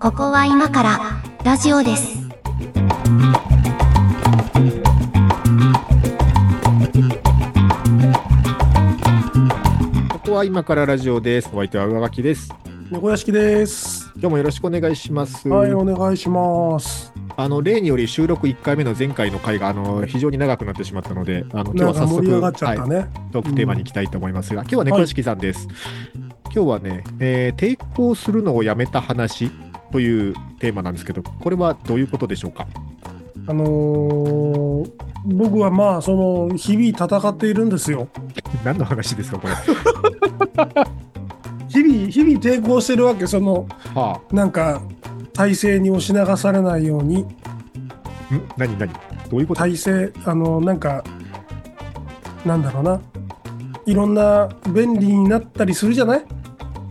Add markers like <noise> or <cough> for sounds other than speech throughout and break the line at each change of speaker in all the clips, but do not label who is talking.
ここは今からラジオです。
ここは今からラジオです。お相手は上垣です。
猫屋敷です。
今日もよろしくお願いします。
はい、お願いします。
あの例により収録1回目の前回の回があの非常に長くなってしまったので、あの今日は
なんか
早
盛り上がっち
速、
ゃ
は
っ
い
た、ね。
トークテーマに行きたいと思いますが、今日はね、
はい
小敷さんです。今日はね、えー抵抗するのをやめた話というテーマなんですけど、これはどういうことでしょうか。
あのー僕はまあ、その、日々戦っているんですよ。
何の話です
<laughs>
か、これ。は
日々、日々抵抗してるわけ。その、
あ、
なんか、体制に押し流されないように、
ん何何どういうこと
体制、あのなんか、なんだろうな。いろんな便利になったりするじゃない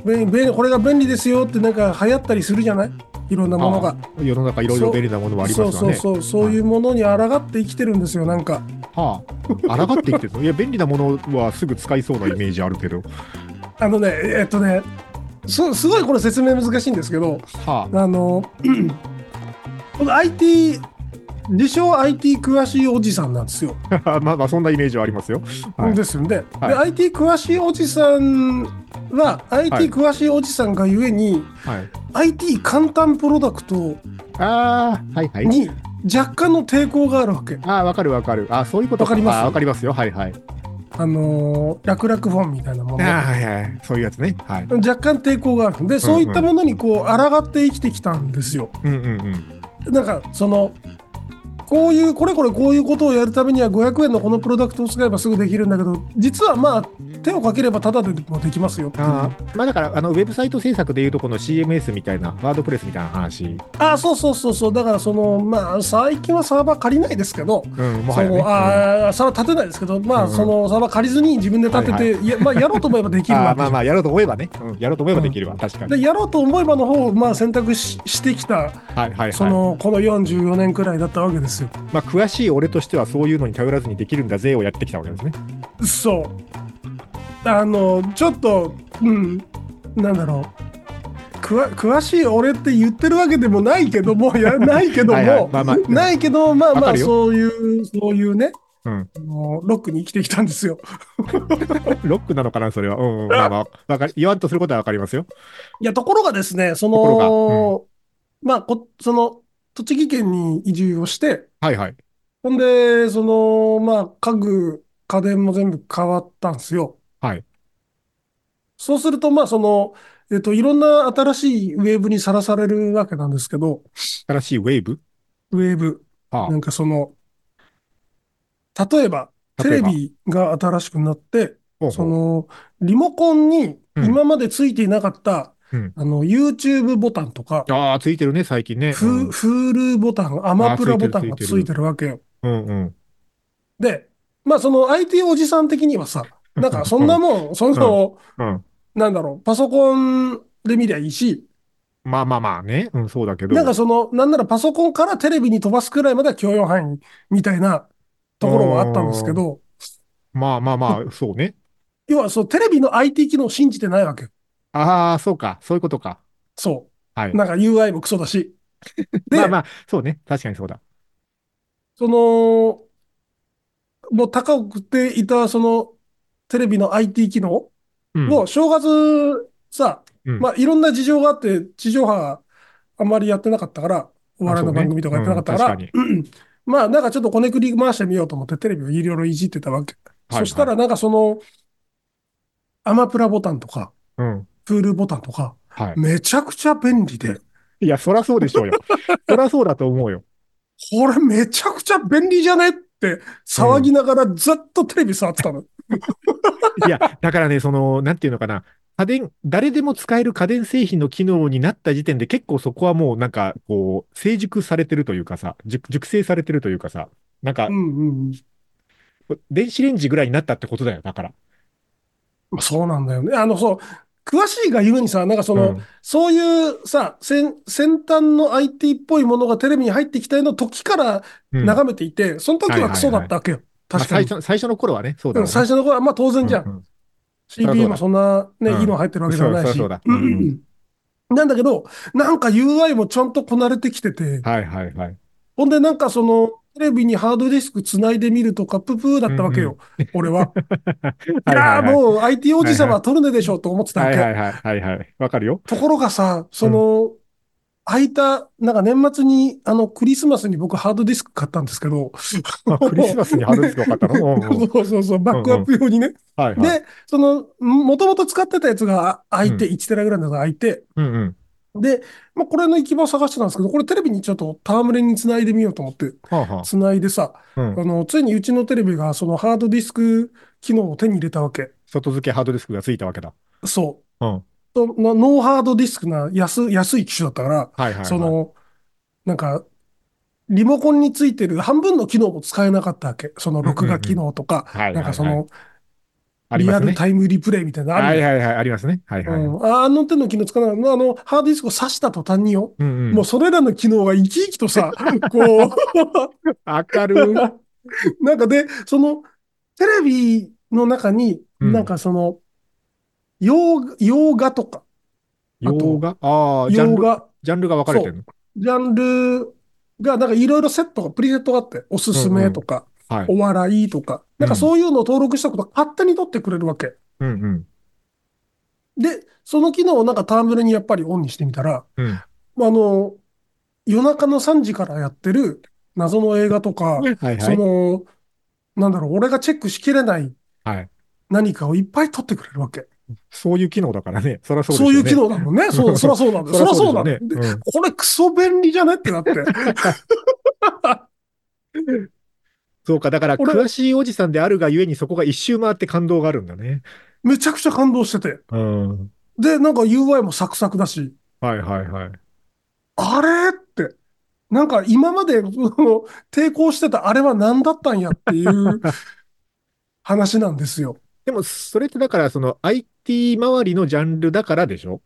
便便これが便利ですよってなんか流行ったりするじゃないいろんなものが。
あ世の中いろいろ便利なものはありますからね。
そうそうそうそういうものに抗って生きてるんですよなんか
は <laughs> あ、抗ってきてるのいや、便利なものはすぐ使いそうなイメージあるけど。
あのねえっとねすすごいこれ説明難しいんですけど
は
あの <clears throat> この IT 自称 IT 詳しいおじさんなんですよ。
あ、 <laughs> まあまあ、そんなイメージはありますよ。はい
ですよね。
はい
で IT 詳しいおじさんは IT 詳しいおじさんがゆえに、
はい。
IT 簡単プロダクト
ああ、はいはい。
に若干の抵抗があるわけ。
ああ、わかるわかる。ああ、そういうこと
わかります
あーわかりますよ。はいはい。
あの楽々フォンみたいなもの。
ああ、はいはい。そういうやつね。はい。
若干抵抗があるでそういったものにこう抗って生きてきたんですよ。
うんうんうん。
なんかそのこういうこれこれこういうことをやるためには500円のこのプロダクトを使えばすぐできるんだけど実はまあ手をかければタダでもできますよっていう
あ
あ
あ、まあだから、あの、ウェブサイト制作でいうと、この CMS みたいな、ワードプレスみたいな話。
あそうそうそうそうだからそのまあ最近はサーバー借りないですけど、
うん、も
そ
はやね。
のあーサーバー立てないですけどま
う
あ
ん
そのサーバー借りずに自分で立てて、
はい
やまあ、やろうと思えばでき
うん <laughs>
る
あ
わ
あ
けじ
ま
ゃ
あ
ん
まあ、やろうと思えばね。うん、やろうと思えばできるわ。確かに。
でやろうと思えばの方をまあ選択ししてきた
はいはい
そ
はい。
の、この44年くらいだったわけですよ。
まあ、詳しい俺としては、そういうのに頼らずにできるんだぜをやってきたわけですね。
そう。あの、ちょっと、うん、なんだろう。くわ詳しい俺って言ってるわけでもないけども、い
<laughs>
やないけども、
はいはいまあまあ
ないけど、まあ
わ
ま
か
あ、
るよ
そういう、そういうね、
うん。
あのロックに生きてきたんですよ。
ロックなのかな、それは。うん、うん。まあまあ、わかり、言わんとすることはわかりますよ。
いや、ところがですね、そ
と
の
こ、
まあこ、その、栃木県に移住をして、
はいはい。
ほんで、その、まあ、家具、家電も全部変わったんですよ。
はい。
そうすると、まあ、その、えっと、いろんな新しいウェーブにさらされるわけなんですけど、
新しいウェーブ
ウェーブ。
は
なんかその、例えば、
あ。
テ
例え
レ
ば
ビが新しくなって、
ほう
そ
ほう
の、リモコンに
うん
今までついていなかった、
うん
あの、YouTube ボタンとか、
ああ、ついてるね、最近ね。
フ、フールボタン、アマプラボタンが
あついてる
ついてるわけよ。
うんうん。
で、まあその IT おじさん的にはさ、なんかそんなもん、その、
うん。
なんだろう、パソコンで見りゃいいし、
まあまあまあね。うん、そうだけど。
なんかその、なんならパソコンからテレビに飛ばすくらいまでは許容範囲みたいなところはあったんですけど、
まあまあまあ、そうね。
要はそう、テレビの IT 機能を信じてないわけよ。
ああ、そうか。そういうことか。
そ。。
はいう
なんか UI もクソだし。
<laughs>
で、
まあまあ、そうね。確かにそうだ。
その、もう高くていたそのテレビの IT 機能
うん。
もう正月さ、
うん
まあいろんな事情があって、地上波あんまりやってなかったから、お笑いの番組とかやってなかったから、
うん確
まあなんかちょっとこねくり回してみようと思ってテレビをいろいろいじってたわけ。
はいはい
そしたらなんかその、アマプラボタンとか、
うん。
プールボタンとか、
はい。
めちゃくちゃ便利で、
いや、そらそうでしょうよ。そらそうだと思うよ。
これめちゃくちゃ便利じゃねって騒ぎながらずっとテレビ触ってたの。
いや、だからね、その、なんていうのかな。家電、誰でも使える家電製品の機能になった時点で結構そこはもうなんか、こう、成熟されてるというかさ、熟、熟成されてるというかさ、なんか
う、んうんうん。
電子レンジぐらいになったってことだよ、だから。
まあそうなんだよね。あの、そう、詳しいがゆえにさ、なんかその、
うん
そういうさ、先、先端の IT っぽいものがテレビに入ってきたような時から
うん
眺めていて、その時はクソだったわけよ。
まあ
確かに。
最初、最初の頃はね、そうだ
う
ろ
ん
うね
最初の頃は、まあ当然じゃん。
うんうん
CPU もそんなね、
うん
議論入ってるわけではないし。
そうだそうだうん
なんだけど、なんか UI もちゃんとこなれてきてて、
はいはいはい。
ほんでなんかその、テレビにハードディスクつないでみるとか、プープーだったわけよ、俺
<laughs>
は。いやー
う。
もう IT おじさんは取るねでしょうと思ってたわ
はい
け。
はいはいはいはい。わかるよ。
ところがさ、その、空いた、なんか年末に、あの、クリスマスに僕ハードディスク買ったんですけど、
あクリスマスにハードディスク分かった
<laughs>
のうんうん
そうそうそう、バックアップ用にね。
はいはい。
で、その、もともと使ってたやつが空いて、1テラぐらいのが空いて、
うんうん。
で、まあ、これの行き場を探してたんですけど、これテレビにちょっと戯れにつないでみようと思って、
はあは
つないでさ、
あ。うん
あの、ついにうちのテレビがそのハードディスク機能を手に入れたわけ。
外付けハードディスクがついたわけだ。
そう。
うん。はい
となノーハードディスクな安安い機種だったから、
はいはい。
そ、の、なんか、リモコンについてる半分の機能も使えなかったわけ。その録画機能とか、
はいはいはい
なんかその、
あり
リ
ま
ア
す
ル
ね。
タイムリプレイみたいなのある
はい
じゃん
はいはい。ありますね。はいはい。うん
うんああの手の機能使わない。あの、ハードディスクを挿した途端によ。
うん。
もうそれらの機能が生き生き
<laughs>
とさ、こ
わか
う
る。、
<laughs> なんかで、その、テレビの中に、
うん
なんかその、洋画、洋画とか、
洋画ああ、ジャン
洋
ル、
画、
ジャンルが分かれてるの。
ジャンルが、なんかいろいろセットが、プリセットがあって、おすすめとか、
はい。
お笑いとか、なんかそういうのを登録したこと勝手に取ってくれるわけ。
うんうん。
で、その機能をなんかタームルにやっぱりオンにしてみたら、
うん。
まああの、夜中の3時からやってる謎の映画とか、
はいはい。
その、なんだろう、俺がチェックしきれない
はい。
何かをいっぱい取ってくれるわけ。
そういう機能だからね。そりゃそう
そういう
でし
機
ょ
能だも
<laughs>
んね。そう、そらそうなんだ。
そ
そ
ら
ら
そ
そうう
だね
だね。
う
で
ん
これクソ便利じゃねってなって。
そうか、だから、
俺
詳しいおじさんであるがゆえに、そこが一周回って感動があるんだね。
めちゃくちゃ感動してて。
うん。
で、なんか UI もサクサクだし、
はいはいはい。
あれって、なんか今までその抵抗してたあれは何だったんやっていう <laughs> 話なんですよ。
でも、それってだから、その IT 周りのジャンルだからでしょ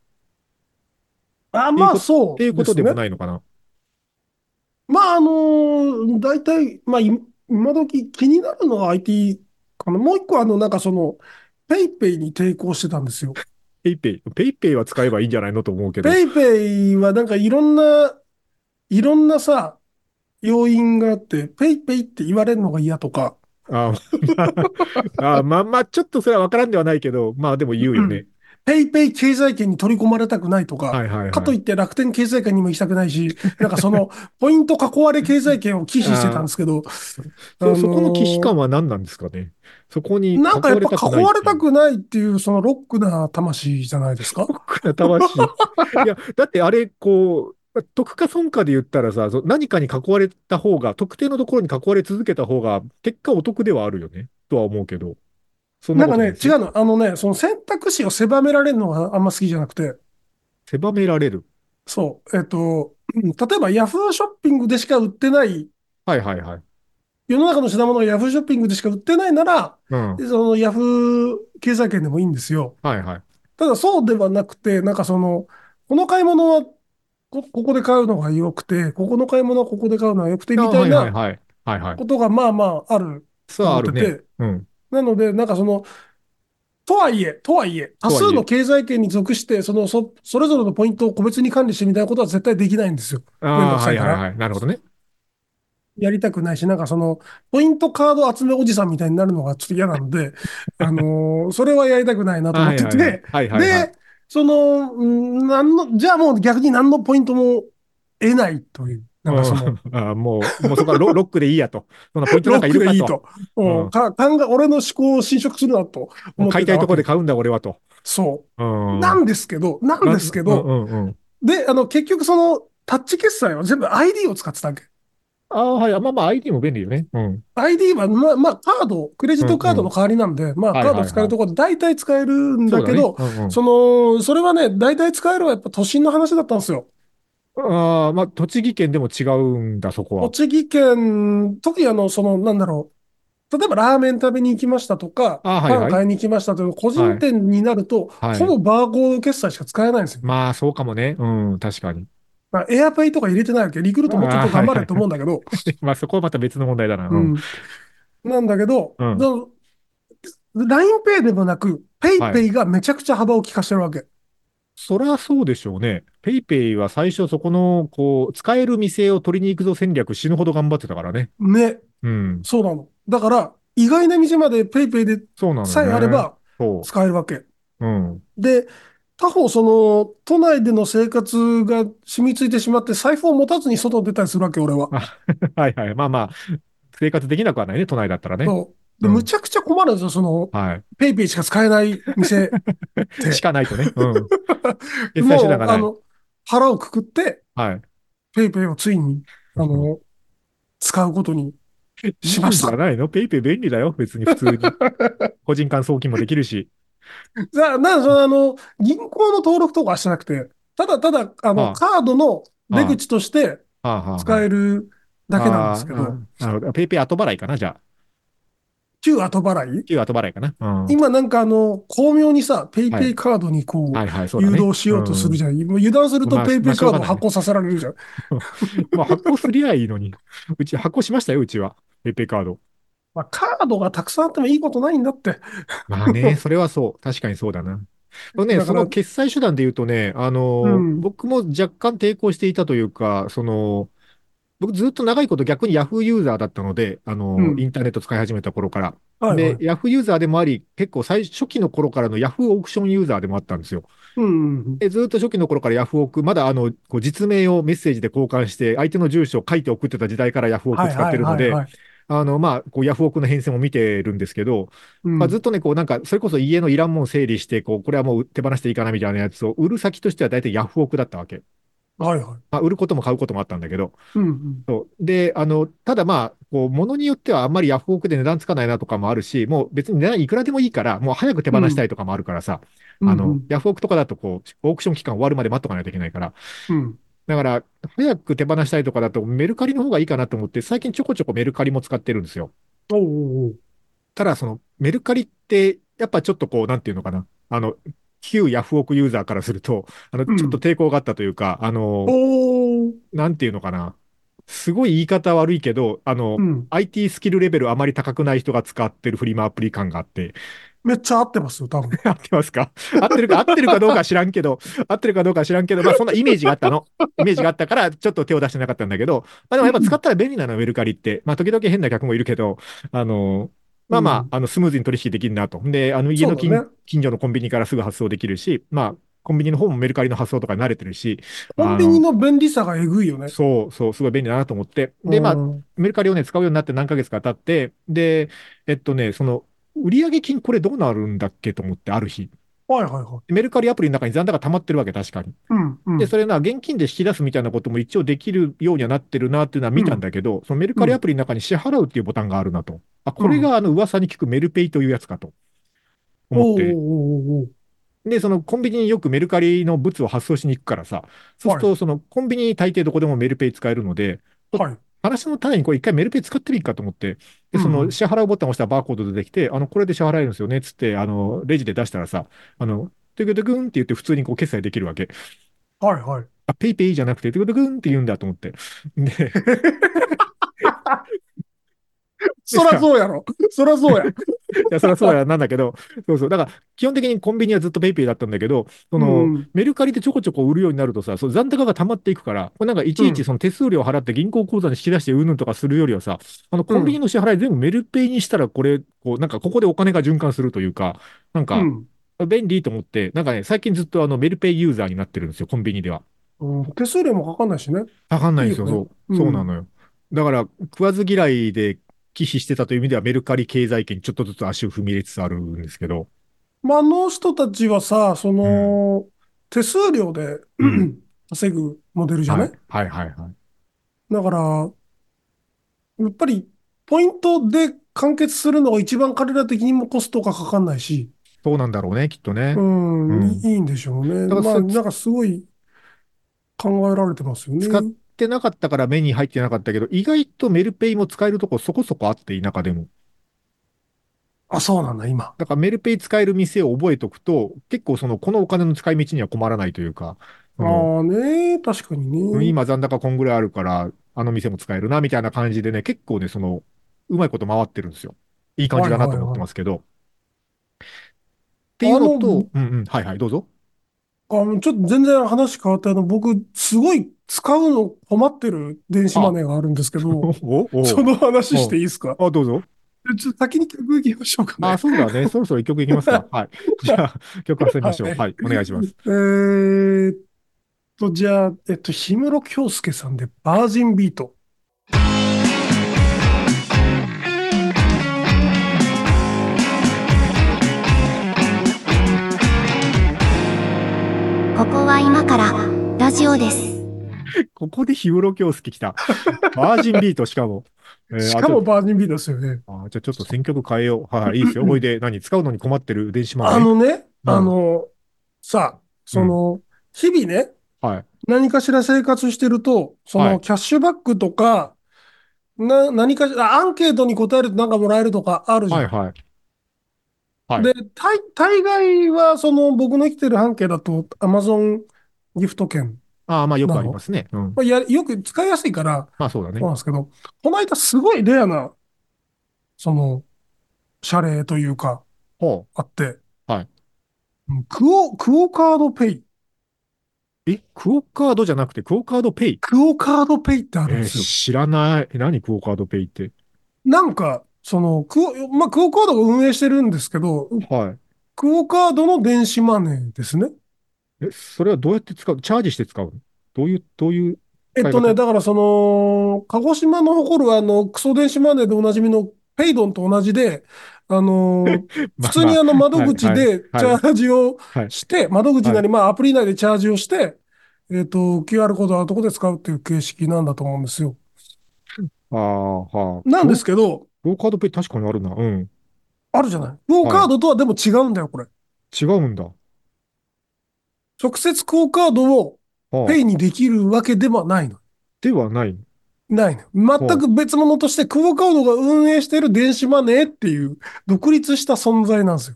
あ、まあそう
っていうことで
です
も
ね
ないのかな。
まあ、あのー大体、まあ、い今時気になるのは IT かな。もう一個、あの、なんかその、ペイペイに抵抗してたんです <laughs> よ。
ペイペイ、ペイペイは使えばいいんじゃないのと思うけど。
ペイペイはなんかいろんな、いろんなさ、要因があって、ペイペイって言われるのが嫌とか、
あまあ、あまあまあ、ちょっとそれは分からんではないけど、まあでも言うよね。
ペイペイ経済圏に取り込まれたくないとか、
はいはいはい。
かといって楽天経済圏にも行きたくないし、 <laughs> なんかその、ポイント囲われ経済圏を忌避してたんですけど、あ
そ
のー
そこの危機感は何なんですかね。そこに
なんかやっぱ囲われた
く
くないっていう、そのロックな魂じゃないですか。
ないっていう。ロックな <laughs> 魂。いや、だってあれ、こう、得か損かで言ったらさ、そ何かに囲われた方が、特定のところに囲われ続けた方が、結果お得ではあるよね、とは思うけど。そん
なん
こ
か
と
ね、
です
違うの。あのね、その選択肢を狭められるのがあんま好きじゃなくて、
狭められる。
そう、えっと、うん例えばヤフーショッピングでしか売ってない、
はいはいはい。
世の中の品物がヤフーショッピングでしか売ってないなら、
うん。
そのヤフー経済圏でもいいんですよ。
はいはい。
ただそうではなくて、なんかその、この買い物はこ、ここで買うのが良くて、ここの買い物はここで買うのが良くて、みたい
はい
な
はいはい。はいはい。
ことがまあまあある
そう
と
あ
思
る
って
ね。
て、
うん。
なので、なんかその、とはいえ、とはいえ、多数の経済圏に属して、そのそ、それぞれのポイントを個別に管理してみたいなことは絶対できないんですよ。めん
あ
ど
あ、
くさ
はい
いか
は
ら
いはい。なるほどね。
やりたくないし、なんかその、ポイントカード集めおじさんみたいになるのがちょっと嫌なので、あのーそれはやりたくないなと思
はい
って
はい
て、
はい。はいはいはい
で、その、うんなんの、じゃあもう逆に何のポイントも得ないという、なんかその、
うんああもう、もうそこはロロックでいいやと。そんなポイント
<laughs> ロ
なん
ッ
かいる
クで
か
いい
と。
と。うん
うん
か考え俺の思考を侵食するなと
も
思
う
ってたわけ
買いたいところで買うんだ、俺はと。
そうう。
ん。
なんですけど、なんですけど、
うんうんうん。
で、あの、結局その、タッチ決済は全部 ID を使ってたわけ。
ああ、はい。まあまあ、ID も便利よね。うん。
ID は、まあ、まあ、カード、クレジットカードの代わりなんで、まあ、
はい
カ
はい
ード使えるところで大体使えるんだけど、
そうだね、うんうん
その、それはね、大体使えるはやっぱ都心の話だったんですよ。
ああ、まあ、栃木県でも違うんだ、そこは。
栃木県、特にあの、その、なんだろう。例えばラーメン食べに行きましたとか、
あはい
パ
は
ン
い
買いに行きましたという個人店になると、
はい
ほぼバーコード決済しか使えないんですよ。
まあ、そうかもね。うん、確かに。 <laughs>
まあエアペイとか入れてないわけ。リクルートもちょっと頑張れと思うんだけど、
まあ、そこはまた別の問題だな。
う。ん。なんだけど、
うん
でも LINEPay でもなく、ペイペイがめちゃくちゃ幅を利かしてるわけ。
そりゃそうでしょうね。ペイペイは最初そこの、こう、使える店を取りに行くぞ戦略死ぬほど頑張ってたからね。
ね、
うん。
そうなの。だから、意外な店までペイペイで
そうなの、ね、
さえあれ。ば
そ
使えるわけ。
う。うん。
で、他方その、都内での生活が染みついてしまって、財布を持たずに外に出たりするわけ、俺は。
はいはい。まあまあ、生活できなくはないね、都内だったらね。
そう。で、
うん
むちゃくちゃ困るんですよ、その、
は
ペイペイしか使えない店。
い。しかないとね。
<laughs>
うん。 <laughs> 決済
も
手
う、
段がな
あ
い。
の、腹をくくって、
はい。
ペイペイをついに、あ
う
の、使うことに。しました
いいんじゃないのペイペイ便利だよ。別に普通
<laughs>
に。個人間送金もできるし。
な、な、その、あの、銀行の登録とかはしてなくて、ただただ、あ
あ
の、
あ
カードの出口として
はあはあ、
使えるだけなんですけ
あ
ど、
ー。なるほど。ペイペイ後払いかなじゃあ。
旧後払い
旧後払いかな。うん。
今なんかあの、巧妙にさ、ペイペイカードにこ
は
う、
いはい、そうだ
誘
ね。
導しようとするじゃん。もう油断する
ま
と
あ
ペイ
ま
ペイカード
あしょうが
を
ない
発行させられるじゃん。
うんまあ、発行すりゃいいのに。うち、発行しましたよ、うちは。ペイペイカード。
まあ、カードがたくさんあってもいいことないんだって。
<laughs> まあね、それはそう。確かにそうだな。そうね、
だ
そ
から
の決済手段で言うとね、あのー、
うん
僕も若干抵抗していたというか、その、僕ずっと長いこと逆に Yahoo ユーザーだったので、あのー、
うん
インターネット使い始めた頃から。
はいはい
で、Yahoo ユーザーでもあり、結構最初期の頃からの Yahoo オークションユーザーでもあったんですよ。
うんうん
でずっと初期の頃からヤフオク、まだあの、こう実名をメッセージで交換して、相手の住所を書いて送ってた時代からヤフ
う
オ
ん。
ク
はい
使ってるの
はい
で
は、いはい
あの、まあ、こうヤフオクの変遷を見てるんですけど、
うん
まあ、ずっとね、こうなんか、それこそ家のいらんもん整理して、こう、これはもう手放していいかなみたいなやつを、売る先としては大体ヤフオクだったわけ。
はいはい。
まあ、売ることも買うこともあったんだけど。
うんうん。
そうで、あの、ただまあ、こう、物によってはあんまりヤフオクで値段つかないなとかもあるし、もう別に値段いくらでもいいから、もう早く手放したいとかもあるからさ、あ
う
の
ん、
ヤフオクとかだとこう、オークション期間終わるまで待っとかないといけないから、
うん。
だから、早く手放したいとかだと、メルカリの方がいいかなと思って、最近ちょこちょこメルカリも使ってるんですよ。
おうおうおう。
ただ、その、メルカリって、やっぱちょっとこう、なんていうのかな。あの、旧ヤフオクユーザーからすると、あの、
うん
ちょっと抵抗があったというか、あの、
おー
なんていうのかな。すごい言い方悪いけど、あの
う、ん。
IT スキルレベルあまり高くない人が使ってるフリマアプリ感があって、
めっちゃ合ってますよ、多分。
<laughs> 合ってますか合ってるか、合ってるかどうか知らんけど、合ってるかどうか知らんけど、まあそんなイメージがあったの。イメージがあったから、ちょっと手を出してなかったんだけど、まあでもやっぱ使ったら便利なの、メルカリって。まあ時々変な客もいるけど、あの、まあまあ、
うん
あの、スムーズに取引できるなと。で、あの、家の近,、
そうだね
近所のコンビニからすぐ発送できるし、まあ、コンビニの方もメルカリの発送とかに慣れてるし、
コンビニの便利さがえぐいよ
あの
ね。
そう、そう、すごい便利だなと思って。で、まあ
う、ん
メルカリをね、使うようになって何ヶ月か経って、で、えっとね、その、売上金これどうなるんだっけと思って、ある日。
はいはいはい。
メルカリアプリの中に残高溜まってるわけ、確かに。
うんうん
で、それな、現金で引き出すみたいなことも一応できるようにはなってるなっていうのは見たんだけど、そのメルカリアプリの中に支払うっていうボタンがあるなと。あ、これがあの噂に聞くメルペイというやつかと思っ
おうおう
て。
おうおう
で、そのコンビニによくメルカリの物を発送しに行くからさ、そうすると、そのコンビニ大抵どこでもメルペイ使えるので、
おう。はい。
話の種にこれ一回メルペイ使ってみっかと思って、で、そ
うんう
の
ん
支払うボタンを押したらバーコード出てきて、あの、これで支払えるんですよね、つって、あの、レジで出したらさ、あの、トゥクトゥクンって言って普通にこう決済できるわけ。
はいはい。
あ、ペイペイじゃなくて、トゥクトゥクンって言うんだと思って。 <laughs> で、
そらそうやろ。そらそうや。
いや、そりゃそうや、なんだけど、そうそう。だから、基本的にコンビニはずっとペイペイだったんだけど、その、
うん
メルカリでちょこちょこ売るようになるとさ、その残高が溜まっていくから、これなんかいちいちその手数料払って銀行口座に引き出してうんぬんとかするよりはさ、あのコンビニの支払い全部メルペイにしたら、これ、こう、なんかここでお金が循環するというか、なんか
うん
便利と思って、なんかね、最近ずっとあのメルペイユーザーになってるんですよ、コンビニでは。
うん手数料もかかんないしね。
わかんないんですよ、
いいよ
そう。
ねうん
そうなのよ。だから、食わず嫌いで忌避してたという意味では、メルカリ経済圏にちょっとずつ足を踏み入れつつあるんですけど、
まあ、あの人たちはさ、その、手数料で
う
稼ぐモデルじゃ
は
ないい
はいはいはい。
だから、やっぱり、ポイントで完結するのが一番彼ら的にもコストがかかんないし、
そうなんだろうね、きっとね
う。
うん
ん、いいいいんでしょうね。
だから
まあ、
そ
なんかすごい考えられてますよね。
使っってなかったから目に入ってなかったけど、意外とメルペイも使えるとこそこそこあって、田舎でも。
あ、そうなんだ、今。
だからメルペイ使える店を覚えとくと、結構その、このお金の使い道には困らないというか、その
ああね、確かにね。
今残高こんぐらいあるから、あの店も使えるな、みたいな感じでね、結構ね、その、うまいこと回ってるんですよ。いい感じだなと思ってますけど。ていうのと、
の
うんうん、はいはい、どうぞ。
あの、ちょっと全然話変わって、あの、僕、すごい使うの困ってる電子マネーがあるんですけど、
<laughs> おお
その話していいですか
あ、どうぞ。
ちょっと先に曲行きましょうかね。
あ、そうだね。そろそろ一曲いきますか。はい。じゃあ、曲挟みましょう。
はい
はい、お願いします。
えーっと、じゃあ、えっと、氷室京介さんでバージンビート。
ここは今からラジオです。
ここで氷室京介来た。バージンビート、しかも。えー
しかも、バージンビートですよね。
あじゃあちょっと選曲変えよう。はい、いいですよ。ほいで、何使うのに困ってる電子マネ
あ
ー。
のね、
うん
あの、さあ、その、日々ね、
はい。
何かしら生活してると、そ
は
の
い
キャッシュバックとか、な、何かしら、アンケートに答えるとなんかもらえるとかあるじゃん。
はいはい。はい
で、大、大概は、その僕の生きてる半径だと、アマゾンギフト券。
ああ、まあよくありますね。うん。
まあ、や、よく使いやすいから、
まあそうだね
そう。なんですけど、この間すごいレアな、その、謝礼というか、
ほ
あって、
はい
うん。クオ、クオカードペイ。
う。え、クオカードじゃなくてクオカードペイ。
クオカードペイってあ
え
るん
ー
ですよ。
知らない。え何クオカードペイって。
なんか、その、クオ、まあ、クオカードが運営してるんですけど、
は
クオカードの電子マネーですね。
い。え、それはどうやって使うチャージして使うのどういう、どういう、
えっと
使い
ね、
方
だからその、鹿児島の誇るあの、クソ電子マネーでおなじみのペイドンと同じで、あのー、普通にあの窓口
はい
でチ
はい
ャージを
はい
して、窓口なり、まあアプリ内でチャージをして、えっと、QR コードあるとこで使うっていう形式なんだと思うんですよ。
ああ、はあ。
なんですけど、
クオカードペイ確かにあるな。うん。
あるじゃない。クオカードとはでも違うんだよ、これ。
違うんだ。
直接クオカードを
はあ、
ペイにできるわけではないの。
ではない。
ないの。全く別物として、クオカードが運営している電子マネーっていう、独立した存在なんですよ。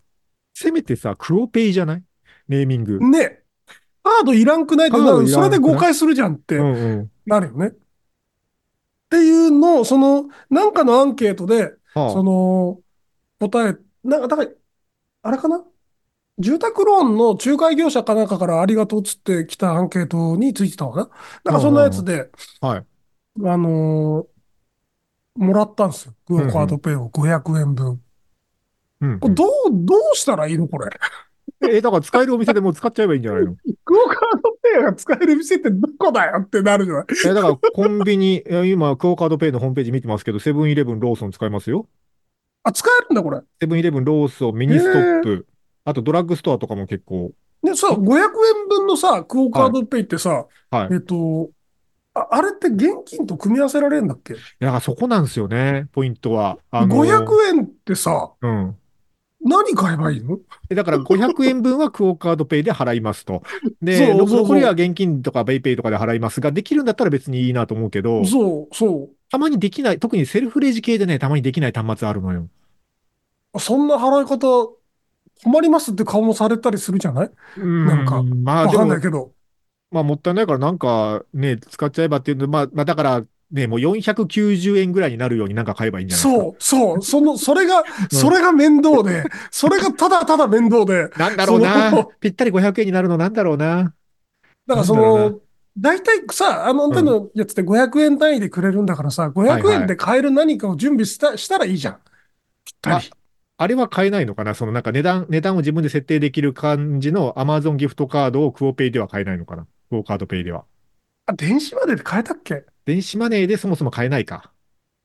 せめてさ、クオペイじゃないネーミング。
ね。カードいらんくないってなる
カードいら
そ
んくな
れ
い
で誤解するじゃんって。
うんうん。
なるよね。っていうのを、その、なんかのアンケートで、
はあ。
その、答え、なんか、だから、あれかな住宅ローンの仲介業者かなんかからありがとうっつってきたアンケートについてたのかななんかそんなやつで、
はい。
あのーもらったんですよ。クオカードペイを500円分。
うん
これどう、どうしたらいいのこれ。
え、だから使えるお店でもう使っちゃえばいいんじゃ
<laughs>
ないの
クオカードペイが使える店ってどこだよってなるじゃない
え、だからコンビニ、え今、クオカードペイのホームページ見てますけど、セブンイレブン、ローソン使いますよ。
あ、使えるんだ、これ。
セブンイレブン、ローソン、ミニストップ、あとドラッグストアとかも結構。
で、さ、500円分のさ、クオカードペイってさ、
はい
えっと、あ、あれって現金と組み合わせられるんだっけ
いやだからそこなんですよね、ポイントは。あの
?500 円ってさ、
うん。
何買えばいいの
でだから500円分はクオカードペイで払いますと。で、
そうそう
の
そう
残りは現金とかペイペイとかで払いますが、できるんだったら別にいいなと思うけど、
そう、そ
たまにできない、特にセルフレジ系でね、たまにできない端末あるのよ。
う。そんな払い方、困りますって顔もされたりするじゃないなんか
うまあ
わ
で
かん
も
ないけど。
まあ、もったいないから、なんかね、使っちゃえばっていうので、まあ、まあ、だから、ね、もう490円ぐらいになるようになんか買えばいいんじゃないですか。
そう、そう、その、それが、それが面倒で、それがただただ面倒で、
なんだろう
そ
な
う。
ぴったり500円になるのなんだろうな。
だからそ
なんだろう
の、大体さ、あの手のやつって500円単位でくれるんだからさ、500円で買える何かを準備した、したらいいじゃん。ぴったり。
あれは買えないのかなそのなんか値段、値段を自分で設定できる感じの Amazon ギフトカードをクオペイでは買えないのかなクオカードペイでは。
あ、電子までで買えたっけ
電子マネーでそもそも買えないか。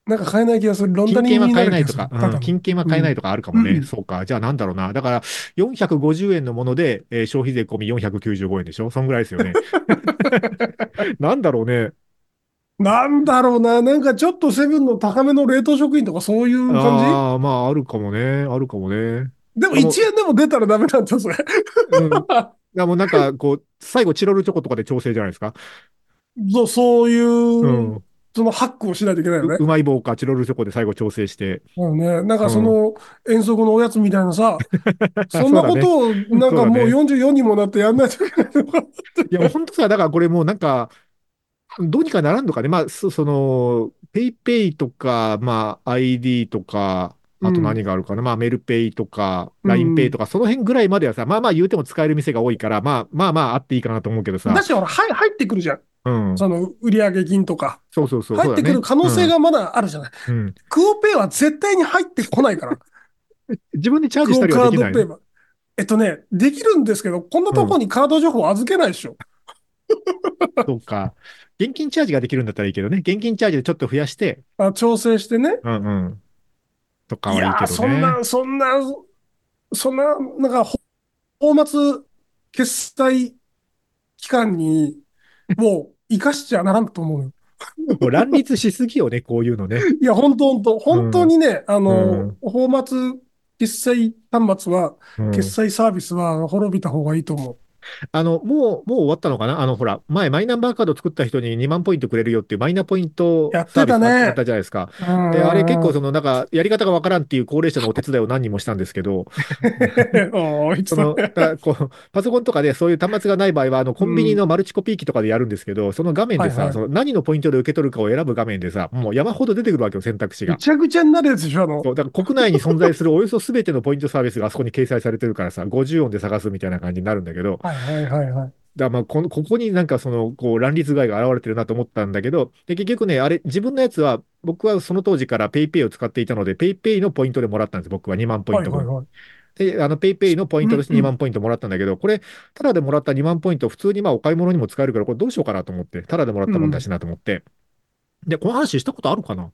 なんか買えない気がする。ロンダ
金
リ
券
ング
は
にな
買え
る
ない
気が
と
す
か、
る。多
うん
分
金券は買えないとかあるかもね。
うん
そうか。じゃあなんだろうな。だから、450円のもので、えー消費税込み495円でしょそんぐらいですよ
<laughs>
ね。なんだろうね。
なんだろうな。なんかちょっとセブンの高めの冷凍食品とかそういう感
ああ、まあ、あるかもね。あるかもね。
じでも
あの
1円でも出たらダメなんだ、それ。
うん。いやもうなんか、こう、最後、チロルチョコとかで調整じゃないですか。
そう、そういうう、
ん。う
そのハックをしないといけないよね。
うまい棒か、チロルチョコで最後調整して。
そうね。なんかその遠足のおやつみたい
<laughs>
なさ、そんなことをなんかもう44にもなってやんないといけないのか。
いや、本当さ、だからこれもうなんか、どうにかならんのかね。まあ、そ、その、ペイペイとか、まあ、ID とか、あと何があるかな、まあ、メルペイとか、
うん
ラインペイとか、その辺ぐらいまではさ、まあまあ言うても使える店が多いから、まあまあまああっていいかなと思うけどさ
だ、し、ほら、はい入ってくるじゃん。
うん。
その売上金とか。
そうそうそう。
入ってくる可能性がまだあるじゃない。
そうだね、うんうん
クオペイは絶対に入ってこないから。
自分でチャー
ク
ジし
オ
たりは
カ
できな
ード
い
ペイ
の。
は。えっとね、できるんですけど、こんなとこにカード情報預けないでしょ。
そうか。現金チャージができるんだったらいいけどね。現金チャージでちょっと増やして、
あ調整してね。
うんうん。とか
い
はいい
やー、
け
そ
ど
ん
ね。
な、そんな、そんな、なんか、ほ泡沫決済期間に、
<laughs>
もう、生かしちゃならんと思うよ。
もう乱立しすぎよね、こういうのね。
いや、本当本当本当にね、あ
う
の
ん、
泡沫決済端末は、
うん
決済サービスは滅びた方がいいと思う。
あの、もう、もう終わったのかなあの、ほら、前、マイナンバーカード作った人に2万ポイントくれるよっていうマイナポイント
やって
サービ
た
ス
ね
があったじゃないですか。
で、
で、あれ結
<laughs>
構、
そ
その、なんか、やり方がわからんっていう高齢者のお手伝いを何人もしたんですけど、
の、おーいつ
その、だからこう、パソコンとかでそういう端末がない場合は、あの、コンビニのマルチコピー機とかでやるんですけど、その画面で
はい
さ、
はい
その何のポイントで受け取るかを選ぶ画面でさ、もう山ほど出てくるわけよ、選択肢
ぐ
が。
ちゃぐちゃになるやつでしょ、あの。
そう、だから国内に存在するお <laughs> よそ全てのポイントサービスがあそこに掲載されてるからさ、50音で探すみたいな感じになるんだけど、
はいはいはいはい。
だからまあこのここになんかそのこう乱立害が現れてるなと思ったんだけど、で結局ね、あれ、自分のやつは、僕はその当時から PayPay ペイペイを使っていたので、PayPay ペイペイのポイントでもらったんです、僕は2万ポイント分。
はいはいはい。
で、あの PayPay ペイペイのポイントとして
うん
2
うん
万ポイントもらったんだけど、これ、ただでもらった2万ポイント、普通にまあお買い物にも使えるから、これどうしようかなと思って、ただでもらったもんだしなと思って。で、この話したことあるかない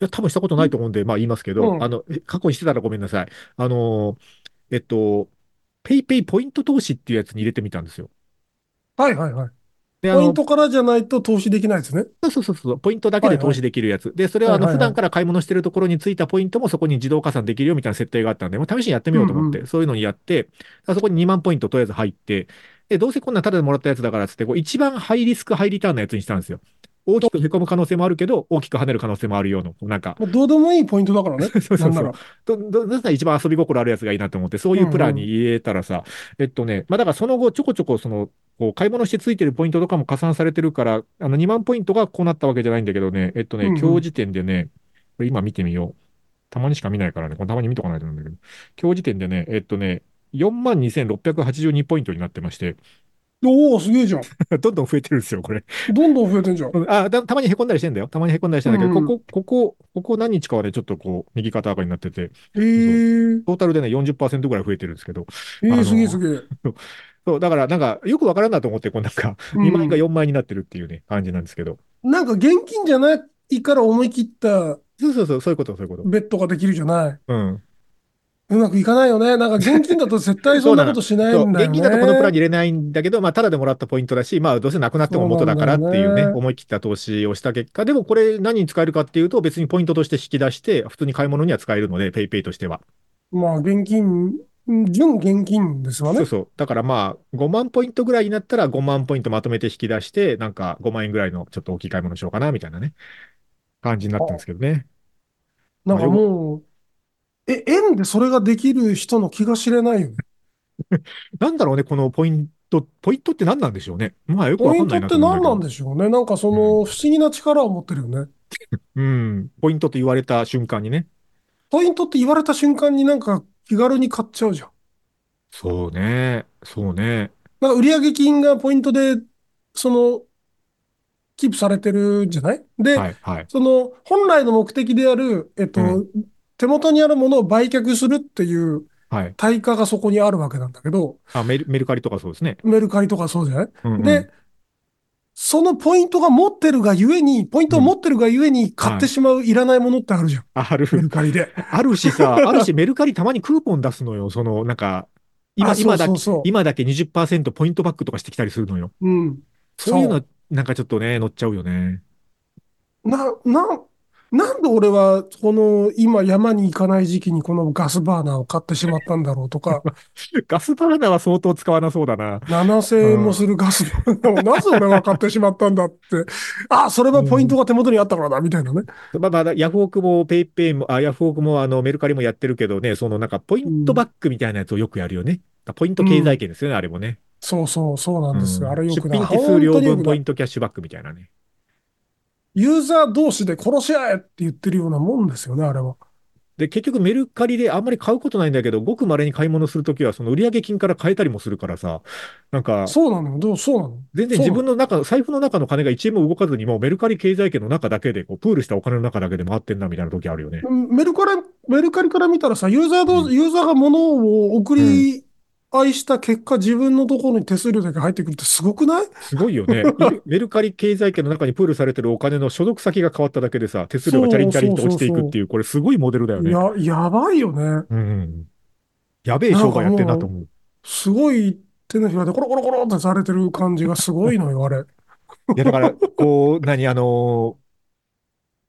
や、多分したことないと思うんで、まあ言いますけど、
うん
あの、え過去にしてたらごめんなさい。あのーえっと、PayPay ペイポイント投資っていうやつに入れてみたんですよ。
はいはいはい。
で、あ
ポイ
の
ン、トからじゃないと投資できないですね。
そうそうそうそう、ポイントだけで投資できるやつ。で、それはあの
はいはい
普
はい
段から買い物してるところについたポイントもそこに自動加算できるよみたいな設定があったんで、もう試しにやってみようと思って、
うん
そういうのにやって、そこに2万ポイントとりあえず入って、で、どうせこんなんタダでもらったやつだからっつって、こう一番ハイリスク、ハイリターンのやつにしたんですよ。大きく凹む可能性もあるけど、大きく跳ねる可能性もあるような、こうなんか、
もうどうでもいいポイントだからね。
<laughs> そうそう
な
そ
ん
う
なら。
ど、ど、どうしたら一番遊び心あるやつがいいなと思って、そういうプランに入れたらさ、えっとね、まあだからその後ちょこちょこその、こう買い物してついてるポイントとかも加算されてるから、あの2万ポイントがこうなったわけじゃないんだけどね、えっとね、
うんうん
今日時点でね、これ今見てみよう。たまにしか見ないからね、これたまに見とかないとなんだけど、今日時点でね、えっとね、42,682ポイントになってまして、 <laughs>
おお、すげえじゃん。
どんどん増えてるんですよ、これ。
どんどん増えてんじゃん。
うんあた、たまにへこんだりしてんだよ。たまにへこんだりしてんだけど、
うん
ここ、ここ、ここ何日かはね、ちょっとこう、右肩上がりになってて、
えー、
トータルでね、40%ぐらい増えてるんですけど、
え
あの
ー、すげえすげえ。
そう、だからなんか、よくわからんなと思って、こうなんか、
うん
2枚が4枚になってるっていうね、感じなんですけど。
なんか現金じゃないから思い切った
そうそうそう、そういうこと、そういうこと。
ベッドができるじゃない。
うん。
うまくいかないよね。なんか現金だと絶対そんなことしな
<laughs>
い
そう、
んだよ
現金だとこのプランに
ね。
入れないんだけど、まあ、ただでもらったポイントだし、まあ、どうせなくなっても元だからってい
そううなん
ね、
だよね
思い切った投資をした結果、でもこれ何に使えるかっていうと、別にポイントとして引き出して、普通に買い物には使えるので、ペイペイとしては。
まあ現金、純現金ですわね
そう。そう。だからまあ、5万ポイントぐらいになったら、5万ポイントまとめて引き出して、なんか5万円ぐらいのちょっと大きい買い物しようかな、みたいなね、感じになってるんですけどね。
なんかもう、え、円でそれができる人の気が知れないよね。
なんだろうね、このポイント、ポイントって何なんでしょうね。まあよくわ
ポイ
か
ン
んない
トっ
な
て
と思うんだけ
何
ど。
なんでしょうね。なんかその不思議な力を持ってるよね。
うん、ポイントと言われた瞬間にね。
ポイントって言われた瞬間になんか気軽に買っちゃうじゃん。
そうね、そうね。
なんか売上金がポイントで、その、キープされてるんじゃないで、
はい、はい。
その、本来の目的である、えっと、
う
手元にあるものを売却するっていう
はい。
対価がそこにあるわけなんだけど、
あ、メル、メルカリとかそうですね。
メルカリとかそうじゃない
うんうん
で、そのポイントが持ってるがゆえに、ポイントを持ってるがゆえに買ってしまういらないものってあるじゃん。
あある、
メルカリで。
あるし
<laughs>
さ、あるしメルカリたまにクーポン出すのよ。その、なんか、今、
あ、
今だ
そ
け
う、そうそう。
今だけ20%ポイントバックとかしてきたりするのよ。
うん。
そういう
そ
の、なんかちょっとね、乗っちゃうよね。 <laughs>
な、な、なんで俺は、この、今山に行かない時期にこのガスバーナーを買ってしまったんだろう
<laughs>
とか、
ガスバーナーは相当使わなそうだな。
7000円もするガスバー
<laughs>
ナーをなぜ俺は買ってしまったんだって。あ、それはポイントが手元にあったからだ、みたいなね。
まあまあ、ヤフオクもペイペイも、あ、ヤフオクもあのメルカリもやってるけどね、そのなんかポイントバックみたいなやつをよくやるよね。ポイント経済圏ですよね、あれもね。
そうそう、そうなんですよ。
うん
あれよくない。
出品手数料
本当によ
分
く
ポ
な
イ
い。
ントキャッシュバックみたいなね。
ユーザー同士で殺し合えって言ってるようなもんですよね、あれは。
で、結局メルカリであんまり買うことないんだけど、ごく稀に買い物するときは、その売上金から買えたりもするからさ、なんか、
そうなのよ。どう、そうなの。
全然自分の中、財布の中の金が1円も動かずに、もうメルカリ経済圏の中だけで、こう、プールしたお金の中だけで回ってんな、みたいな時あるよね。
メルカリ、メルカリから見たらさ、ユーザー
う
ど、
ん
ユーザーが物を送り合いした結果、自分のところに手数料だけ入ってくるってすごくない
すごい <laughs> よね。メメルカリ経済圏の中にプールされてるお金の所属先が変わっただけでさ、手数料がチャリンチャリンと落ちていくっていう、これすごいモデルだよね。
や、やばいよね。
うん。やべえ商売やってんなと思う。
すごい手のひらでコロコロコロってされてる感じがすごいのよ、あれ。
いや、だから、こう、何、あのー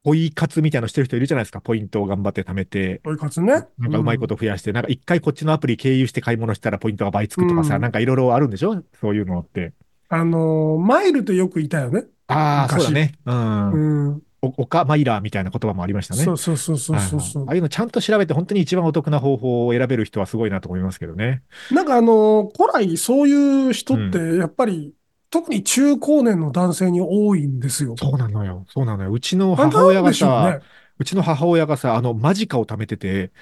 ポイ活みたいなのしてる人いるじゃないですか。ポイントを頑張って貯めて、
ポイ活ね。
なんかうまい
と
こと増やして、なんか一回こっちのアプリ経由して買い物したらポイントが倍つくとかさ、
うん
なんかいろいろあるんでしょそういうのって。
あのー、マイルってよくいたよね。
ああ、そうだ
昔
ね。う。
うんん。
お、おかマイラーみたいな言葉もありましたね。
そうそうそうそうそうそ
はいはいああいうのちゃんと調べて、本当に一番お得な方法を選べる人はすごいなと思いますけどね。
う。なんかあのー、古来そういう人って、やっぱり、特に中高年の男性に多いんですよ。
そうなのよ。そうなのよ。うちの
なん
母親
で
が
しょう
さ、
ね。
うちの母親がさ、あの、マジカを貯めてて、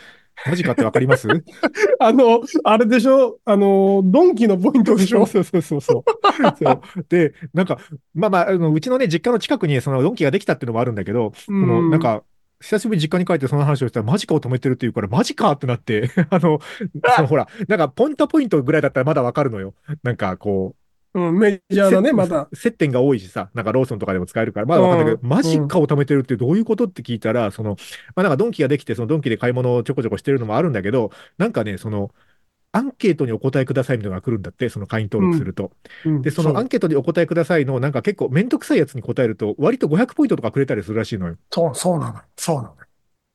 マジカってわかります <laughs>
あの、あれでしょあの、ドンキのポイントでしょ
そうそうそうそうそう。そうで、なんか、まあまあ、あのうちのね、実家の近くにそのドンキができたっていうのもあるんだけど、
う
そのなん、か、久しぶりに実家に帰ってその話をしたら、マジかを止めてるっていうから、マジかってなって、 <laughs> あの、そのほら、なんか、ポイントポイントぐらいだったらまだわかるのよ。なんか、こ
うん、メ
う。
ジャーだね、
せ
また。。
接点が多いしさ、なんかローソンとかでも使えるから、まだわかんないけど、
うん
マジかを貯めてるってどういうことって聞いたら、その、まあなんかドンキができて、そのドンキで買い物をちょこちょこしてるのもあるんだけど、なんかね、その、アンケートにお答えくださいみたいなのが来るんだって、その会員登録すると。
うん
で、その
そ
ア
う
ンケートにお答えくださいの、なんか結構めんどくさいやつに答えると、割と500ポイントとかくれたりするらしいのよ。
そう、そうなの。そうなの。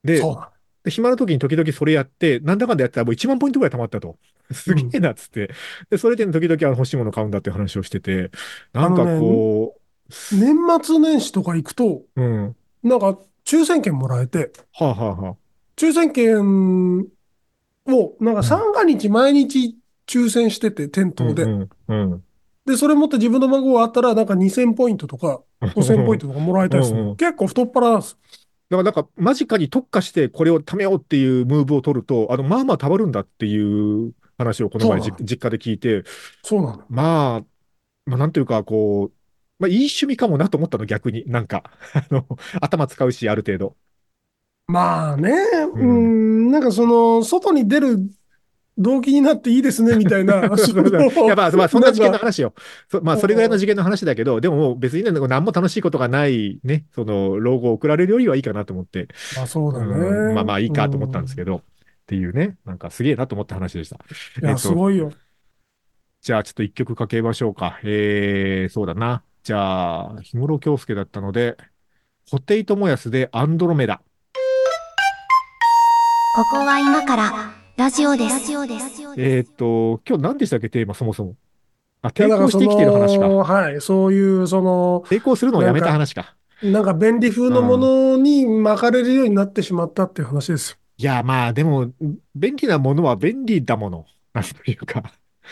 で、
そうな
で暇な時に時々それやって、なんだかんだやってたらもう1万ポイントぐらい貯まったと。すげえなっつって。で、それで時々あの欲しいもの買うんだっていう話をしてて、なんか
あのね
こ
の。年末年始とか行くと、
う、うん。は
なんか、抽選券もらえて、
あ、はあはあ、
抽選券を、なんか三が日毎日抽選してて、店頭
う
で。
んうんうん。
で、それ持って自分の番号があったら、なんか2000ポイントとか、5000ポイン
ト。
トとかもらえたりす
うんう
る。
ん
結構太っ腹なんです。
だ <laughs> からなんか、間近に特化してこれを貯めようっていうムーブを取ると、あの、まあまあ貯まるんだっていう話をこの前
そう
じ
なの
実家で聞いて、
そうなの。
まあ、まあ、なんというか、こう、まあ、いい趣味かもなと思ったの、逆に。なんか、 <laughs> あの、頭使うし、ある程度。
まあね、うー、
うん
なんかその、外に出る動機になっていいですね、みたいな。
<laughs> い
<laughs>
や、まあ、まあ、そんな事件の
なんか
話よ。そまあ、それぐらいの事件の話だけど、でももう別にね、何も楽しいことがないね、その、老後を送られるよりはいいかなと思って、
まあそうだ
う
ね。
んまあまあいいかと思ったんですけど、っていうね、なんかすげえなと思った話でした。
うん。
えっ
いや、
と
すごいよ。
じゃあ、ちょっと一曲かけましょうか。えー、そうだな。じゃあ、氷室京介だったので、ホテイトモヤスでアンドロメダ。
ここは今からラジオです。ラジオです。
えーっと、今日何でしたっけ、テーマ、そもそも。あ、
いや
抵抗して生きてる話
だからそ
か。
のはい、そういう、その、
抵抗するのをやめた話か。
なんか便利風のものに巻かれるようになってしまったっていう話です
いや、まあ、でも、便利なものは便利だもの。なんというか。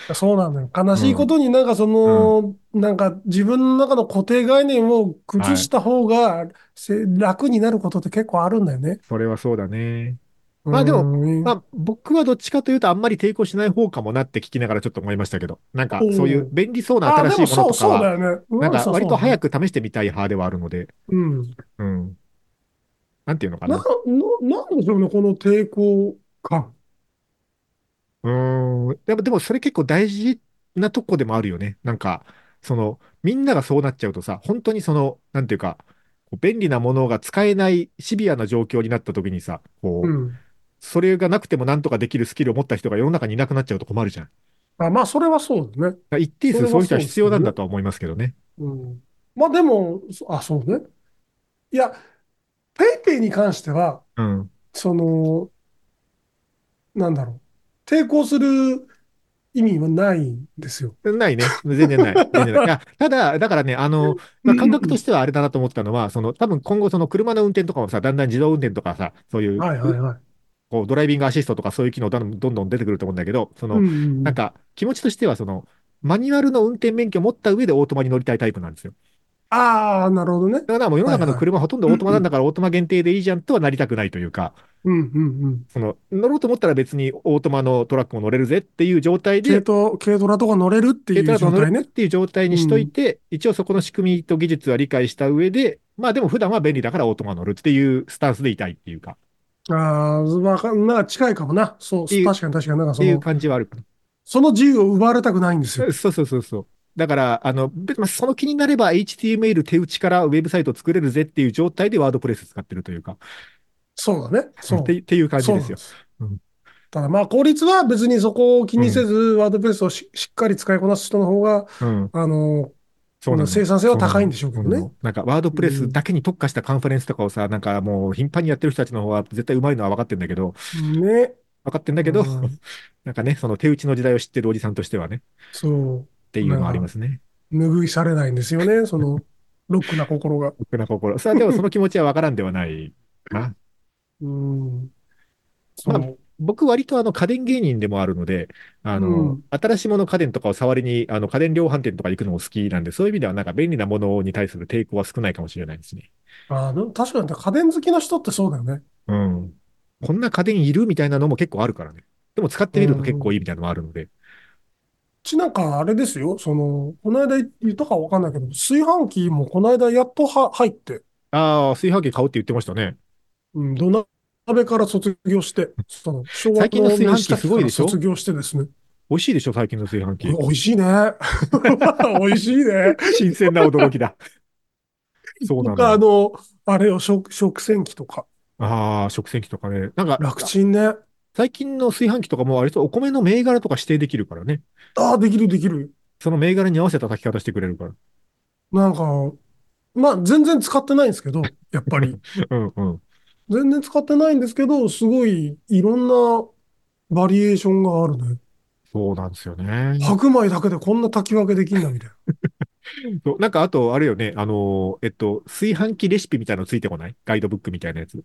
よ。そうなんだよ。悲しいことになんかその、なんか自分の中の固定概念を崩した方がせ楽になることって結構あるんだよね。
それはそうだね。まあでも
うん
まあ、僕はどっちかというと、あんまり抵抗しない方かもなって聞きながらちょっと思いましたけど、なんか、そういう便利そうな
あ、で
新しい
も
ものと
そう、
か
そう
は、
だよね。う
なんか、
そう
割と
そうだね
早く試してみたい派ではあるので、
うん。
うん。なんていうのか
な、
な
な。、なんでしょうね、この抵抗感。
うーん。でも、でもそれ結構大事なとこでもあるよね。なんか、その、みんながそうなっちゃうとさ、本当にその、なんていうか、こう便利なものが使えないシビアな状況になった時にさ、こ
う
う、
ん。
それがなくてもなんとかできるスキルを持った人が世の中にいなくなっちゃうと困るじゃん。だか
あ、まあ、それはそうだね。
ら一定数
それは
そういう人は
そうですよね
必要なんだとは思いますけどね。
うん。まあ、でも、そあ、そうね。いや、ペイペイに関しては、
うん。
その、なんだろう。抵抗する意味はないんですよ。
ないね。全然ない。全然ない。いや、ただ、だからね、あの、まあ、感覚としてはあれだなと思ったのは、その、多分今後その車の運転とかもさ、だんだん自動運転とかさ、そういう、
はいはいはい。
こう、ドライビングアシストとかそういう機能どんどんどん出てくると思うんだけど、その、
うんうん
なんか、気持ちとしては、その、マニュアルの運転免許を持った上でオートマに乗りたいタイプなんですよ。
ああ、なるほどね。
だからもう世の中の
はいはい
車ほとんどオートマなんだからオートマ限定でいいじゃんとはなりたくないというか、
うんうんうん。
その乗ろうと思ったら別にオートマのトラックも乗れるぜっていう状態
軽
で、
ト軽トラとか乗れるってい
軽トラと
う状
乗れ
態
るっ
ね。
ていう状態にしといて、一応そこの仕組みと技術は理解した上で、まあでも普段は便利だからオートマ乗るっていうスタンスでいたいっていうか、
ああ、わかんなんか近いかもな。そう、
っていう
確かに確かに。なんか
っ
そ
ていう
の、
感じはある。
その自由を奪われたくないんですよ。
そうそうそうそう。だから、あの、べまあ、その気になれば HTML 手打ちからウェブサイト作れるぜっていう状態でワードプレス使ってるというか、
そうだね。そう
っ。てっていう感じ
そう
で
なん
すよ。うん
ただまあ効率は別にそこを気にせず、ワードプレスをししっかり使いこなす人の方が、
うん。
あの、
そうなの
生産性は高いんでしょうけど
そうな
ね
の。なんか、ワードプレスだけに特化したカンファレンスとかをさ、なんかもう頻繁にやってる人たちの方は絶対うまいのは分かってんだけど、
ね。
分かってんだけど、
うん
<laughs> なんかね、その手打ちの時代を知ってるおじさんとしてはね、
そう。
っていうのはありますね。
拭いされないんですよね。その、ロックな心が。
僕の心。さあ、でもその気持ちは分からんではないかな。
うん。そ
ま
う。
僕割とあの家電芸人でもあるので、あの、
うん
新しいもの家電とかを触りに、あの家電量販店とか行くのも好きなんで、そういう意味ではなんか便利なものに対する抵抗は少ないかもしれないですね。
ああ、でも確かに家電好きな人ってそうだよね。
うん。こんな家電いるみたいなのも結構あるからね。でも使ってみると結構いいみたいなのもあるので。
うちなんかあれですよ。その、この間言ったかわかんないけど、炊飯器もこの間やっとは入って、
ああ、炊飯器買うって言ってましたね。
うん、土鍋から卒業して、その、昭和
最近の炊飯器
下期
すごいでしょ
から卒業してですね。
美味しいでしょ、最近の炊飯器。
美味しい
<laughs>
ね。美味しいね。
新鮮な驚きだ。 <laughs> そうな
と
ん
か、
だ
あ。の、あれよ、食、食洗機とか、
ああ、食洗機とかね。なんか、
楽ちんね。
最近の炊飯器とかもあれとお米の銘柄とか指定できるからね。
ああ、できるできる。
その銘柄に合わせた炊き方してくれるから。
なんか、まあ、全然使ってないんですけど、やっぱ
<laughs>
り。
うんうん。
全然使ってないんですけど、すごい、いろんなバリエーションがあるね。
そうなんですよね。
白米だけでこんな炊き分けできんだ、みたいな。
そうなんか、あと、あれよね、あのー、えっと、炊飯器レシピみたいなのついてこないガイドブックみたいなやつ。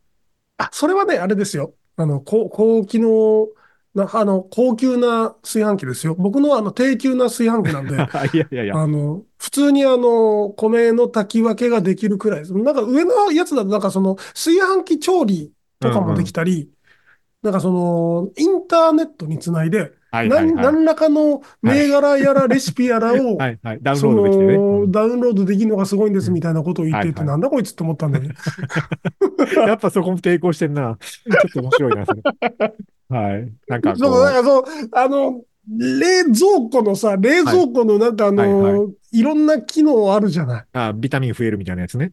あ、それはね、あれですよ。あの、高、高機能な、あの、高級な炊飯器ですよ。僕のあの、低級な炊飯器なん
<laughs>
で、
いやいやいや、
あの、普通にあの、米の炊き分けができるくらいです。なんか上のやつだと、なんかその、炊飯器調理とかもできたり、なんかその、インターネットにつないで、
はいはい
何、
はい。
何らかの銘柄やらレシピやら
<laughs>
を、
はいはい、ダウン
そ
ロードできてね。う
の、
ん <laughs>
ダウンロードできるのがすごいんですみたいなことを言って
うん
て、
はいは
なんだこいつって思ったんだよね。
やっぱそこも抵抗してんな。ちょっと面白いな、それ。はい。なんかこ
そう、
う、
なんかそう、あの、冷蔵庫のさ、冷蔵庫のなんかあの、
はいはい
ろんな機能あるじゃない。
あ、ビタミン増えるみたいなやつね。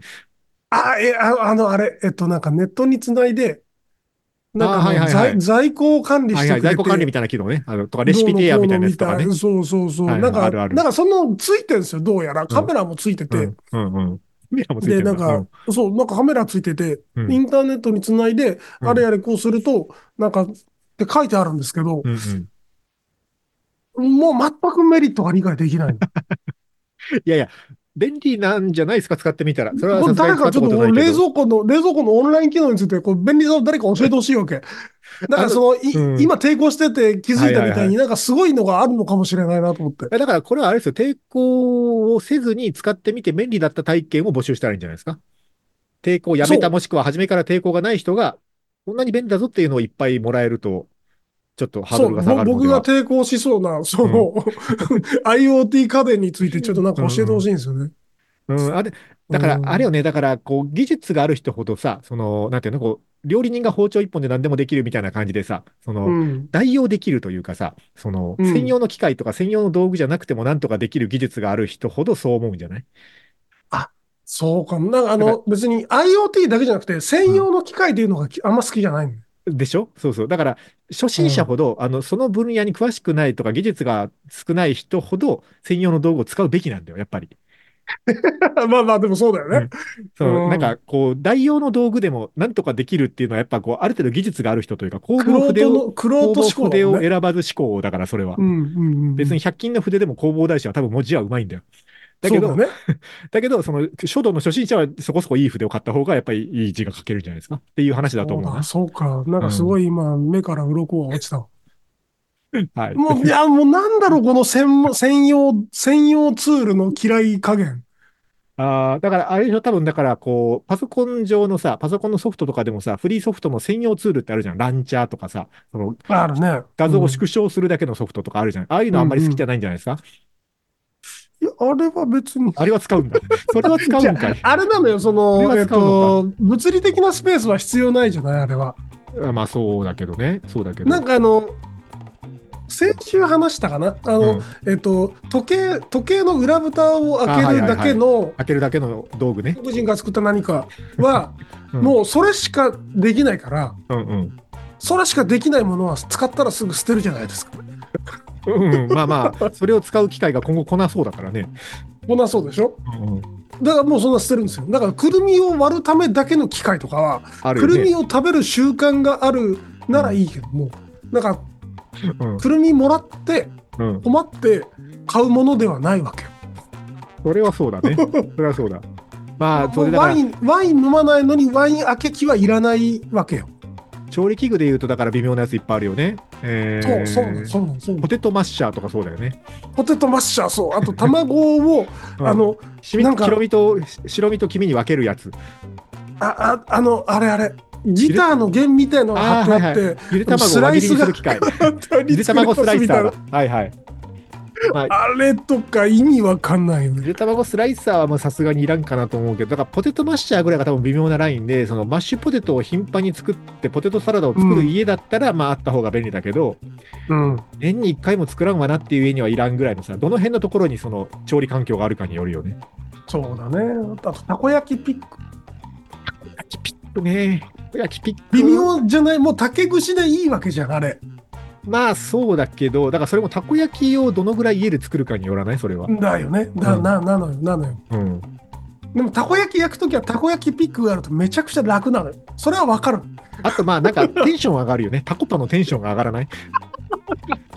あ、え、あ、あの、あれ、えっと、なんかネットにつないで、なんか
あはい
あの
はいはい
在、在庫を管理
は
し
い
て
はい、
くれ
在庫管理
て、
みたいな機能ね。あの、とか、
ど
レシ
う
ピ
の
提案
こう
みたい
の
なやつとかね
みたい。そうそうそう。
はいはい
なんか、
あるある
なんかそんなのついてるんですよ、どうやら。カメラもついて
う
て
ん。うんうん。ミラもついて
で、
る
なんん
だ
か、そう、なんかカメラついてて、
うんうん
インターネットにつないで、
うん
あれやれこうすると、なんか、って書いてあるんですけど、
うんうん。
もう全くメリットが理解できない。
いやいや、便利なんじゃないですか、使ってみたら。それは
これ
さすが
誰
に使
か
った
ちょ
こ
っと
と
こ
な
う
いけ
冷
ど。
蔵庫の、冷蔵庫のオンライン機能について、こう便利さを誰か教えてほしい
<laughs>
わけ。だからその、い
うん
今抵抗してて気づいたみ
はいは
た
いは
い
い
になんかすごいのがあるのかもしれないなと思って。
えだからこれはあれですよ、抵抗をせずに使ってみて便利だった体験を募集したらいいんじゃないですか。抵抗をやめ
そ
た、
う
もしくは初めから抵抗がない人が、こんなに便利だぞっていうのをいっぱいもらえると、ちょっとハー
そ
ド
う、
ル
ぼ
が下がるの
僕
では
が抵抗しそうな、その、IoT 家電についてちょっとなんか教えてほしいんですよね。
うん、あれ、だから
う、ん
あれよね、だから、こう、技術がある人ほどさ、その、なんていうの、こう、料理人が包丁一本で何でもできるみたいな感じでさ、その、
うん。
代用できるというかさ、その、
うん
専用の機械とか専用の道具じゃなくてもなんとかできる技術がある人ほどそう思うんじゃない
そうかも。なんかあ
だ
の、別に IoT だけじゃなくて、専用の機械っていうのがきあんま好きじゃないの <laughs> よ
でしょそうそう。だから、初心者ほど、あの、その分野に詳しくないとか、技術が少ない人ほど、専用の道具を使うべきなんだよ、やっぱり。
まあまあ、でもそうだよ
う
ね
ん。その、
うん
なんか、こう、代用の道具でも、なんとかできるっていうのは、やっぱ、こう、ある程度技術がある人というか、工
ク
房
ロー
筆
ト
を、
の、クロー
工房
ト思考だ
筆
も
を
んね。
選ばず思考だから、それは
う。んうんうん。
別に100均の筆でも工房大師は多分文字はうまいんだよ。だけ
そ
ど、
うだね。
だけど、その、書道の初心者はそこそこいい筆を買った方が、やっぱりいい字が書けるんじゃないですかっていう話だと思うな。
そうか、そうか。なんかすごい今、目から鱗が落 <laughs> ちたわ。
はい。 <laughs>
もう、いや、もうなんだろう、この専門、専用、専用ツールの嫌い加減。
ああ、だから、あれでしょ、多分だから、こう、パソコン上のさ、パソコンのソフトとかでもさ、フリーソフトの専用ツールってあるじゃん。ランチャーとかさ、その
あるね。
画像
う
を
ん
縮小するだけのソフトとかあるじゃん。ああいうのあんまり好きじゃないんじゃないですか。
いやあれは別に。
あれは使うんだ。
<laughs>
それは使うんかい。
あれなのよ、そ
それは
の、えっ
使うの
と、物理的なスペースは必要 <laughs> ないじゃない、あれは。
あまあ、そうだけどね。そうだけど。
なんかあの、先週話したかなあ
う
の、
ん
えっと、時計、時計の裏蓋を開けるだけの、
開けるだけの道具ね。
外国人が作った何かは、
うん
もうそれしかできないから、
うんうん。
それしかできないものは使ったらすぐ捨てるじゃないですか。
うんうん、まあまあ、それを使う機会が今後来なそうだからね。
こんなそうでしょ
うんうん、
だからもうそんな捨てるんですよ。だからくるみを割るためだけの機械とかは、
ある
く
よ
るみ
ね。
を食べる習慣があるならいいけども、なんか
うん
くるみもらって
うん、
困って買うものではないわけよ。
それはそう
<laughs>
だね。それはそうだ。まあ、それだか
ワ
ら
イ、ンワイン飲まないのにワイン開け器はいらないわけよ。
調理器具で言うと、だから微妙なやついっぱいあるよね。え
そう
ー
そうなのそうなのそうなの
ポテトマッシャーとかそうだよね。
ポテトマッシャーそうあと卵
<laughs>
をあの
しみ
なんか
白身とし白身と黄身に分けるやつ。
あああのあれあれギターの弦みたいのが貼ってあ
あーは
っ
い
<laughs> て
ゆで卵を輪切りにする機
<laughs>
械。ゆで卵スライサーだ。はいはい。まあ、
あれとか意味わかんないよ
ゆ
ね。
で卵スライサーはもうさすがにいらんかなと思うけど、だからポテトマッシャーぐらいが多分微妙なラインで、そのマッシュポテトを頻繁に作って、ポテトサラダを作る家だったら、まああった方が便利だけど、
うん。
年に1回も作らんわなっていう家にはいらんぐらいのさ、どの辺のところにその調理環境があるかによるよね。
そうだね。あとたこ焼きピック
焼きピックね。焼きピック。
微妙じゃないもう竹串でいいわけじゃんあれ。
まあそうだけど、だからそれもたこ焼きをどのぐらい家で作るかによらないそれは。
だよね。だ
うん
ななのよなのよ。
うん。
でもたこ焼き焼くときはたこ焼きピックがあるとめちゃくちゃ楽なのよ。それはわかる。
あとまあなん
<laughs>
かテンション上がるよね。タコパのテンションが上がらない。 <laughs>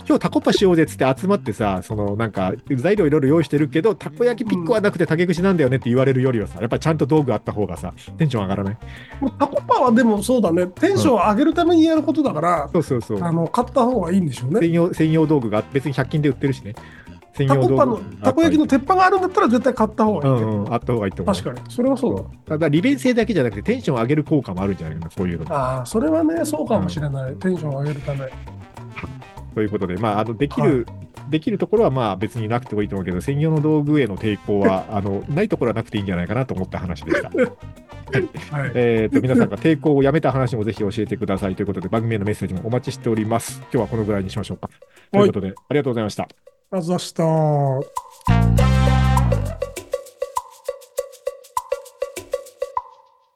今日タコパしようぜっつって集まってさ、そのなんか材料いろいろ用意してるけど、たこ焼きピックはなくて竹串なんだよねって言われるよりはさ、やっぱちゃんと道具あった方がさ、テンション上がらない。
もうタコパはでもそうだね。テンションを上げるためにやることだから、
そうそうそう。
あの買った方がいいんでしょうね。
専用専用道具があ別に100均で売ってるしね。専
タ
用道
コ
具
パのたこ焼きの鉄板があるんだったら絶対買った方
う
がいいけど。
んうん、あった方がいいと思う。
確かに。それはそう
た
だ。
だ利便性だけじゃなくてテンション上げる効果もあるんじゃないかな、そういうのも。
ああ、それはね、そうかもしれない。テンションを上げるため。
ということで、まあ、あのできる、できるところはまあ別になくてもいいと思うけど、専用の道具への抵抗
<laughs>
はあのないところはなくていいんじゃないかなと思った話でした。 <laughs>
はい。
えーと皆さんが抵抗をやめた話もぜひ教えてくださいということで、番組へのメッセージもお待ちしております。今日はこのぐらいにしましょうか。ということで、ありがとうございました。
あざした。